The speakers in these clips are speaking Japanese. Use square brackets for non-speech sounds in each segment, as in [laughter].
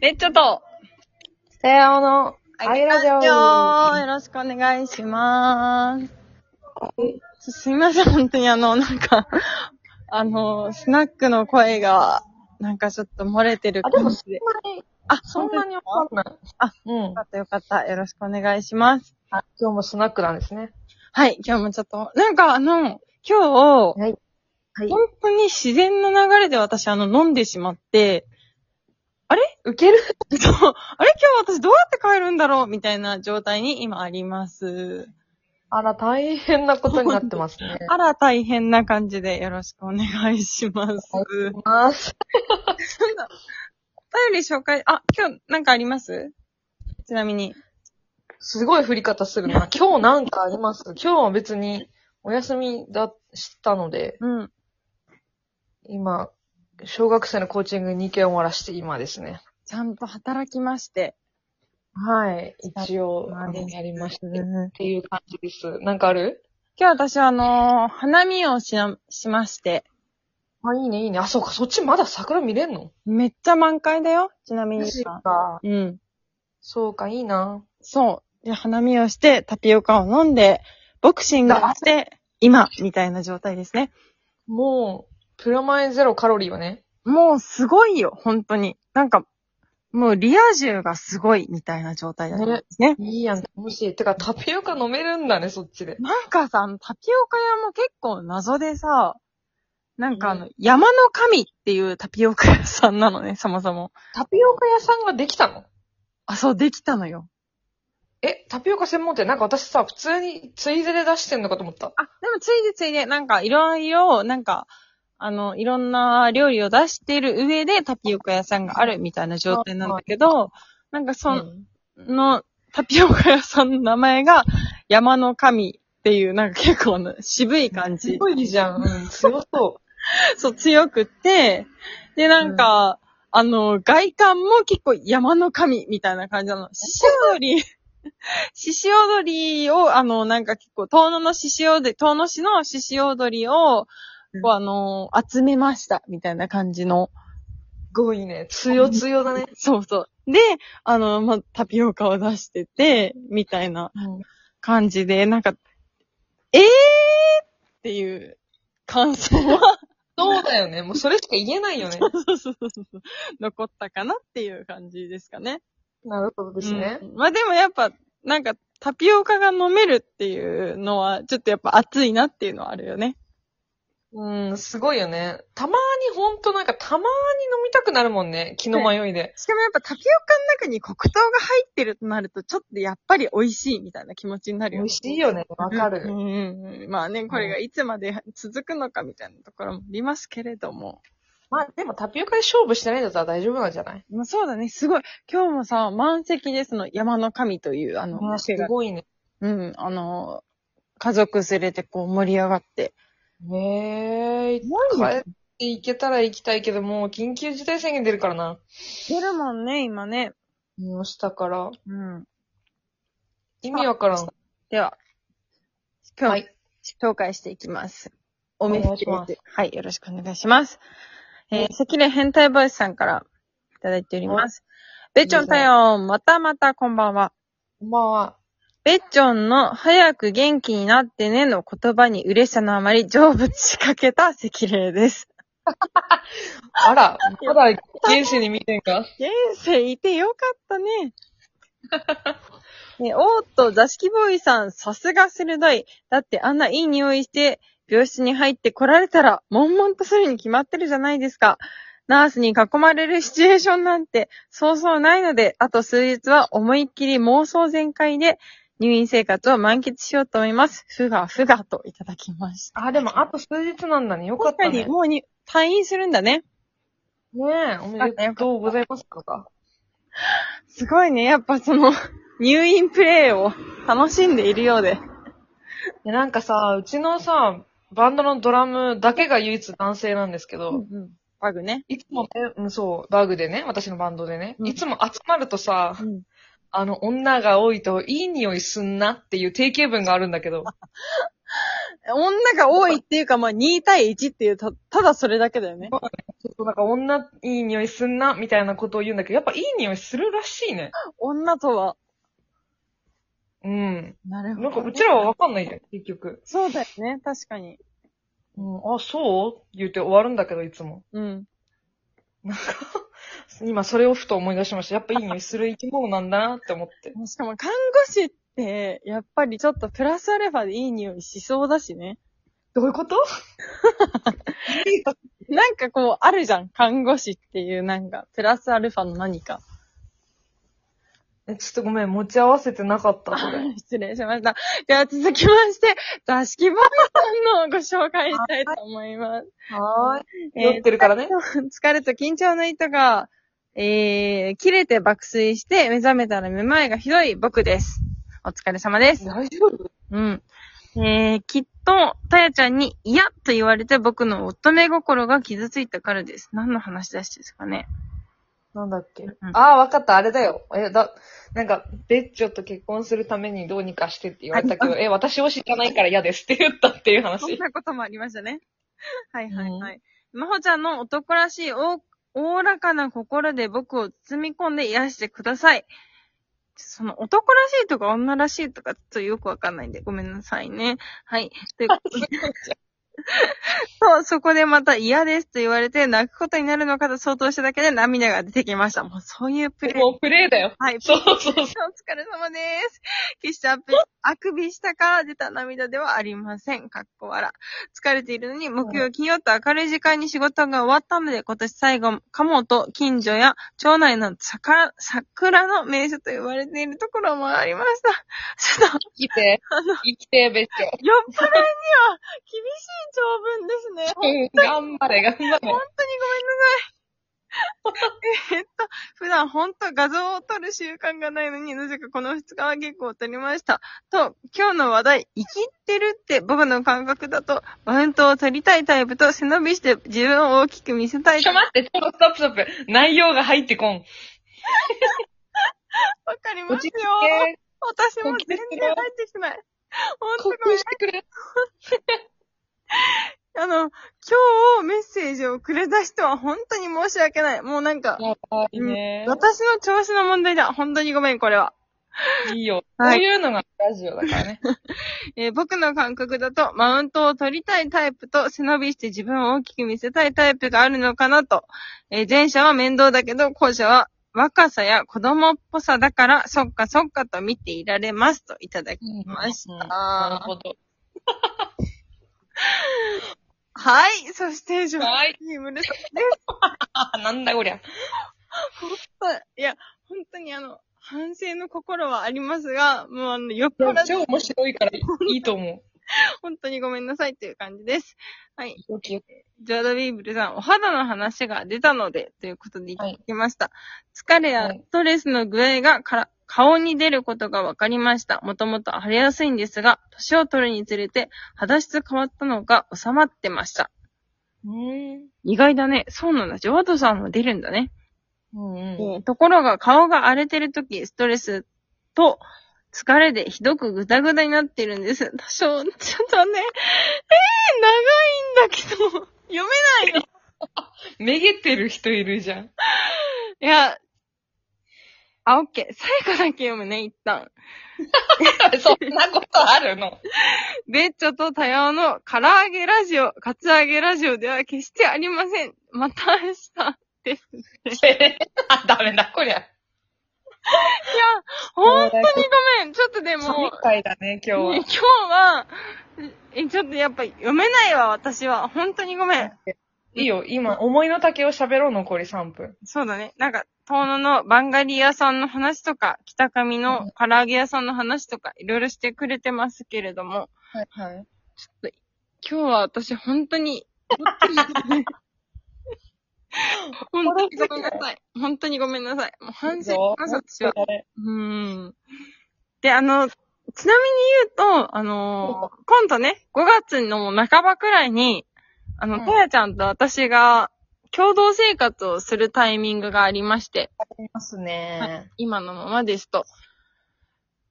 えっちょっと、さようの、あげラジオ。よろしくお願いします。すみません、本当にあの、なんか、あの、スナックの声が、なんかちょっと漏れてるあ、で感もじそんで。なに、あ、そん本当なににわかんない。あ、うんよか。ったよかった。よろしくお願いします。あ今日もスナックなんですね。はい、今日もちょっと、なんかあの、今日、はい。はい。本当に自然の流れで私あの、飲んでしまって、 [laughs] ウケるそう、あれ今日私どうやって帰るんだろうみたいな状態に今あります。あら、大変なことになってますね。あら、大変な感じでよろしくお願いします。お便ます。り紹介、あ、今日なんかありますちなみに。すごい振り方するな。今日なんかあります今日は別にお休みだ、したので、うん。今、小学生のコーチング2件終わらして今ですね。ちゃんと働きまして。はい。一応、まああの、やりましたね。っ今ていう感じです。なんかある日私はあのー花見をしな、しまして。あ、いいね、いいね。あ、そうか、そっちまだ桜見れんのめっちゃ満開だよ。ちなみマに。ジか。うん。そうか、いいな。そう。で、花見をして、タピオカを飲んで、ボクシングをして、今、みたいな状態ですね。もう、プラマイゼロカロリーはね。もうすごいよ、本当に。なんか、もうリア充がすごいみたいな状態だったんですね。いいやん、楽しい。てか、タピオカ飲めるんだね、そっちで。なんかさ、あのタピオカ屋も結構謎でさ、なんかあの、う山の神っていうタピオカ屋さんなのね、そもそも。タピオカ屋さんができたのあ、そう、できたのよ。え、タピオカ専門店なんか私さ、普通に、ついでで出してんのかと思った。あ、でもついでついで、なんかいろいろ、なんか、あの、いろんな料理を出してる上でタピオカ屋さんがあるみたいな状態なんだけど、なんかその、ん。のタピオカ屋さんの名前が山の神っていう、なんか結構な渋い感すじ。ごいじゃん。うん、強そそう、強くって、で、なんか、あの、外観も結構山の神みたいな感じなの。獅子踊り、 [laughs] 獅子踊りを、あの、なんか結構、遠野の獅子踊り、遠野市の獅子踊りを、こうあの、集めました、みたいな感じの。う。すごいね。強強だね。そうそう。で、あの、ま、タピオカを出してて、みたいな感じで、なんか、えーっていう感想は、そうだよね。もうそれしか言えないよね。そうそうそうそう残ったかなっていう感じですかね。なるほどですね。うんまあでもやっぱ、なんか、タピオカが飲めるっていうのは、ちょっとやっぱ熱いなっていうのはあるよね。うん、すごいよね。たまにほんとなんかたまに飲みたくなるもんね。気の迷いで。しかもやっぱタピオカの中に黒糖が入ってるとなると、ちょっとやっぱり美味しいみたいな気持ちになる美よね味しいよね。わかる。うんうんうんまあね、これがいつまで続くのかみたいなところもありますけれども。まあでもタピオカで勝負してないんだったら大丈夫なんじゃないまあ、そうだね、すごい。今日もさ、満席でその山の神という、あの、あすごいね。うん、あの、家族連れてこう盛り上がって。ねえ、帰って行けたら行きたいけど、もう緊急事態宣言出るからな。出るもんね、今ね。明日から。うん。意味わからん。では、今日、はい。紹介していきます。おめお願いしますはい、よろしくお願いします。えー、関根変態ボイスさんからいただいております。べっちょん太陽、またまたこんばんは。こんばんは。ベッチョンの早く元気になってねの言葉に嬉しさのあまり成仏しかけた赤霊です。あら、まだ現世に見てんか現世いてよかったね。ねおーっと、座敷ボーイさん、さすが鋭い。だってあんないい匂いして、病室に入って来られたら、悶々とするに決まってるじゃないですか。ナースに囲まれるシチュエーションなんて、そうそうないので、あと数日は思いっきり妄想全開で、入院生活を満喫しようと思います。ふがふがといただきました。あ、でもあと数日なんだね。よかっ確かたに、ね。もうに、退院するんだね。ねえ、おめでとうございますとか。すごいね。やっぱその、 [laughs] 入院プレイを楽しんでいるようで。いやなんかさ、うちのさ、バンドのドラムだけが唯一男性なんですけど、バグね。いつもね、うん、そう、バグでね、私のバンドでね、うんいつも集まるとさ、うん。あの、女が多いといい匂いすんなっていう定型文があるんだけど、女が多いっていうか、まあ、2対1っていう、た、ただそれだけだよね。ちょっとなんか女いい匂いすんな、みたいなことを言うんだけど、やっぱいい匂いするらしいね。女とは。うん。なるなんかうちらはわかんないじゃん、結局。そうだよね、確かに。うん、あ、そう言って終わるんだけど、いつも。うん。今それをふと思い出しました。やっぱいい匂いする生き物なんだなって思って。しかも看護師って、やっぱりちょっとプラスアルファでいい匂いしそうだしね。 [laughs] どういうこと [laughs] なんかこう、あるじゃん。看護師っていうなんか、プラスアルファの何か。えちょっとごめん、持ち合わせてなか [laughs] った、それ。 [laughs] 失礼しました。では続きまして、座敷坊さんのご紹介したいと思います。はえーい。ー酔ってるからね。疲れと緊張の糸が、えー、切れて爆睡して目覚めたらめまいがひどい僕です。お疲れ様です。大丈夫うん。えー、きっと、たやちゃんに嫌と言われて僕の乙女心が傷ついたからです。何の話でしたですかね。なんだっけ。んああ、わかった、あれだよ。え、だ、なんか、ベッチョと結婚するためにどうにかしてって言われたけど、え、私を知らないから嫌ですって言ったっていうそん話。なこともありましたね。 [laughs] はいはいはい。まほちゃんの男らしいおおおらかな心で僕を包み込んで癒してください。その男らしいとか女らしいとかちょっとよくわかんないんでごめんなさいね。はい。ということでそう、そこでまた嫌ですと言われて泣くことになるのかと想当しただけで涙が出てきました。もうそういうプレイ。もうプレイだよ。はい、そうそうそおう。疲れ様です。決してあっぺあくびしたから出た涙ではありません。かっこ笑。疲れているのに、木曜、金曜と明るい時間に仕事が終わったので、今年最後かもと近所や町内の桜桜の名所と言われているところもありました。ちょっと、生きて、生きて、ベッチョ。酔っ払いには厳しい長文ですね。うん頑張れ、頑張本当にごめんれ。なさい。えっと、普段本当画像を撮る習慣がないのに、なぜかこの2日は結構撮りました。と、今日の話題、生きってるって僕の感覚だと、マウントを取りたいタイプと背伸びして自分を大きく見せたいちタょ、イプ。わ待って、ちょっとストップストップ。内容が入ってこん。かりま落すち着よけ。、私も全然入ってきてない。本当呼ごめん吸してくれ。あの、今日メッセージをくれた人は本当に申し訳ない。もうなんか、やばいね。私の調子の問題だ。本当にごめん、これは。いいよ。こはういいうのがラジオだからね。えー僕の感覚だと、マウントを取りたいタイプと、背伸びして自分を大きく見せたいタイプがあるのかなと。えー前者は面倒だけど、後者は若さや子供っぽさだから、そっかそっかと見ていられますといただきましうんなるた。ほど。はい。そして、ジョはーいジ・ムルあ、なんだこりゃ。いや、本当にあの、反省の心はありますが、もうあの、酔っいや払って、超面白いからいいと思本当にごめんなさいっていう感じです。はい。う。ジョーダ・ビーブルさん、お肌の話が出たので、ということでいただきました。疲れやはいストレスの具合がから顔に出ることが分かりました。もともと腫れやすいんですが、年を取るにつれて肌質変わったのが収まってました。うん。意外だね。そうなんだ。ジョードさんも出るんだね。うんえーところが顔が荒れてるとき、ストレスと疲れでひどくグダグダになってるんです。多少、ちょっとね、えー、長いんだけど、読めないめげてる人いるじゃん。いや、あ、オッケー。最後だけ読むね、一旦。 [laughs] そんなことある [laughs] のベッチョとタヤオの唐揚げラジオ、カツアゲラジオでは決してありません。また明日。あ、ダメだこりゃ。ほんとにごめん。ちょっとでも、神ね回だね、今日今は。日は、え、ちょっとやっぱ読めないわ、私は。ほんとにごめん。いいよ、今、思いの丈を喋ろう、残り3分。そうだね。なんか、遠野のバンガリー屋さんの話とか、北上の唐揚げ屋さんの話とか、いろいろしてくれてますけれども、はい、はい。今日は私本当に、本当にごめんなさ [laughs] い。本当にごめんなさい。もう反省します、私は。うーん。で、あの、ちなみに言うと、あのー今度ね、5月の半ばくらいに、あの、うんたやちゃんと私が共同生活をするタイミングがありまして、ありますね。今のままですと。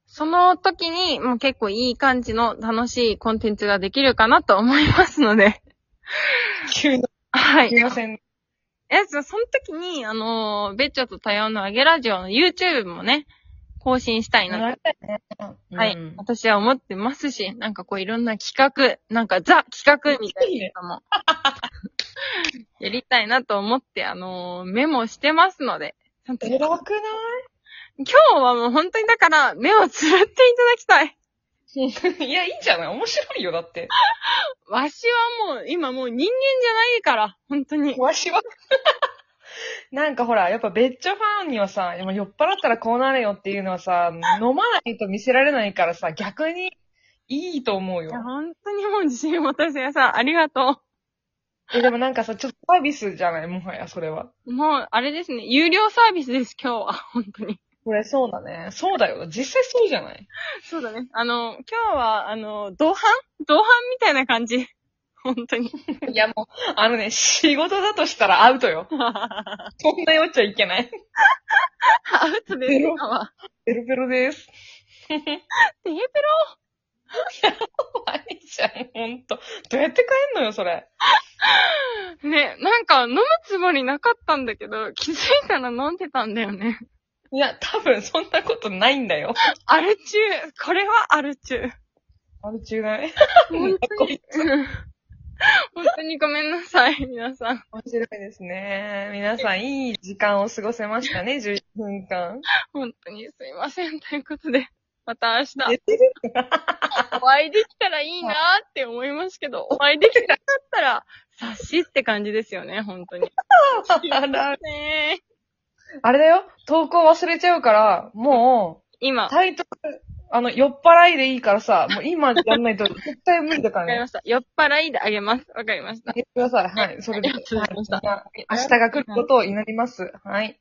その時に、もう結構いい感じの楽しいコンテンツができるかなと思いますので。急に、はい。急ません。え、そその時に、あのー、ベッチョと多様のあげラジオの YouTube もね、更新したいな習いたいね。と、はい、うん私は思ってますし、なんかこういろんな企画、なんかザ企画みたいなの [laughs] も、やりたいなと思って、あのーメモしてますので、ちゃんと偉くない今日はもう本当にだから、目をつぶっていただきたい。いや、いいんじゃない面白いよ、だって。わしはもう、今もう人間じゃないから、本当に。 [laughs] わしは。なんかほら、やっぱ別所ファンにはさ、今酔っ払ったらこうなるよっていうのはさ、飲まないと見せられないからさ、逆にいいと思ういよや、。本当にもう自信持たせやさん、ありがとえ、でもなんかさ、ちょっとサービスじゃないもはや、それは。う。もう、あれですね、有料サービスです、今日は、 [laughs] 本当に。これそうだね。そうだよ。実際そうじゃないそうだね。あの、今日は、あの、同伴同伴みたいな感じ。本当に。 [laughs] いやもう、あのね、仕事だとしたらアウトよ。アそんな酔っちゃいけない。ウトです、今は。ペロペロです。テーペ怖いじゃん、ほんと。どうやって帰んのよ、それ。ロね、なんか、飲むつもりなかったんだけど、気づいたら飲んでたんだよね。いや、多分そんなことないんだ [laughs] よ。アル中これはアル [laughs] 中あれ中 [laughs] ない。本当に。うん本当にごめんなさい、皆さん。面白いですね。皆さん、いい時間を過ごせました [laughs] ね、11分間。本当にすいません。ということで、 [laughs] また明日、寝てるお会いできたらいいなーって思いますけど、お会いできなかったら、察しって感じですよね、本当に。あらねえ。 [laughs] あれだよ、投稿忘れちゃうから、もう、今、わタイトル、あの、酔っ払いでいいからさ、もう今やんな [laughs] いと絶対無理だからかりねま。した。酔っ払いであげます。わかりました。言ってください。はい、それで。ありがとうございました明日が来ることを祈ります。はい。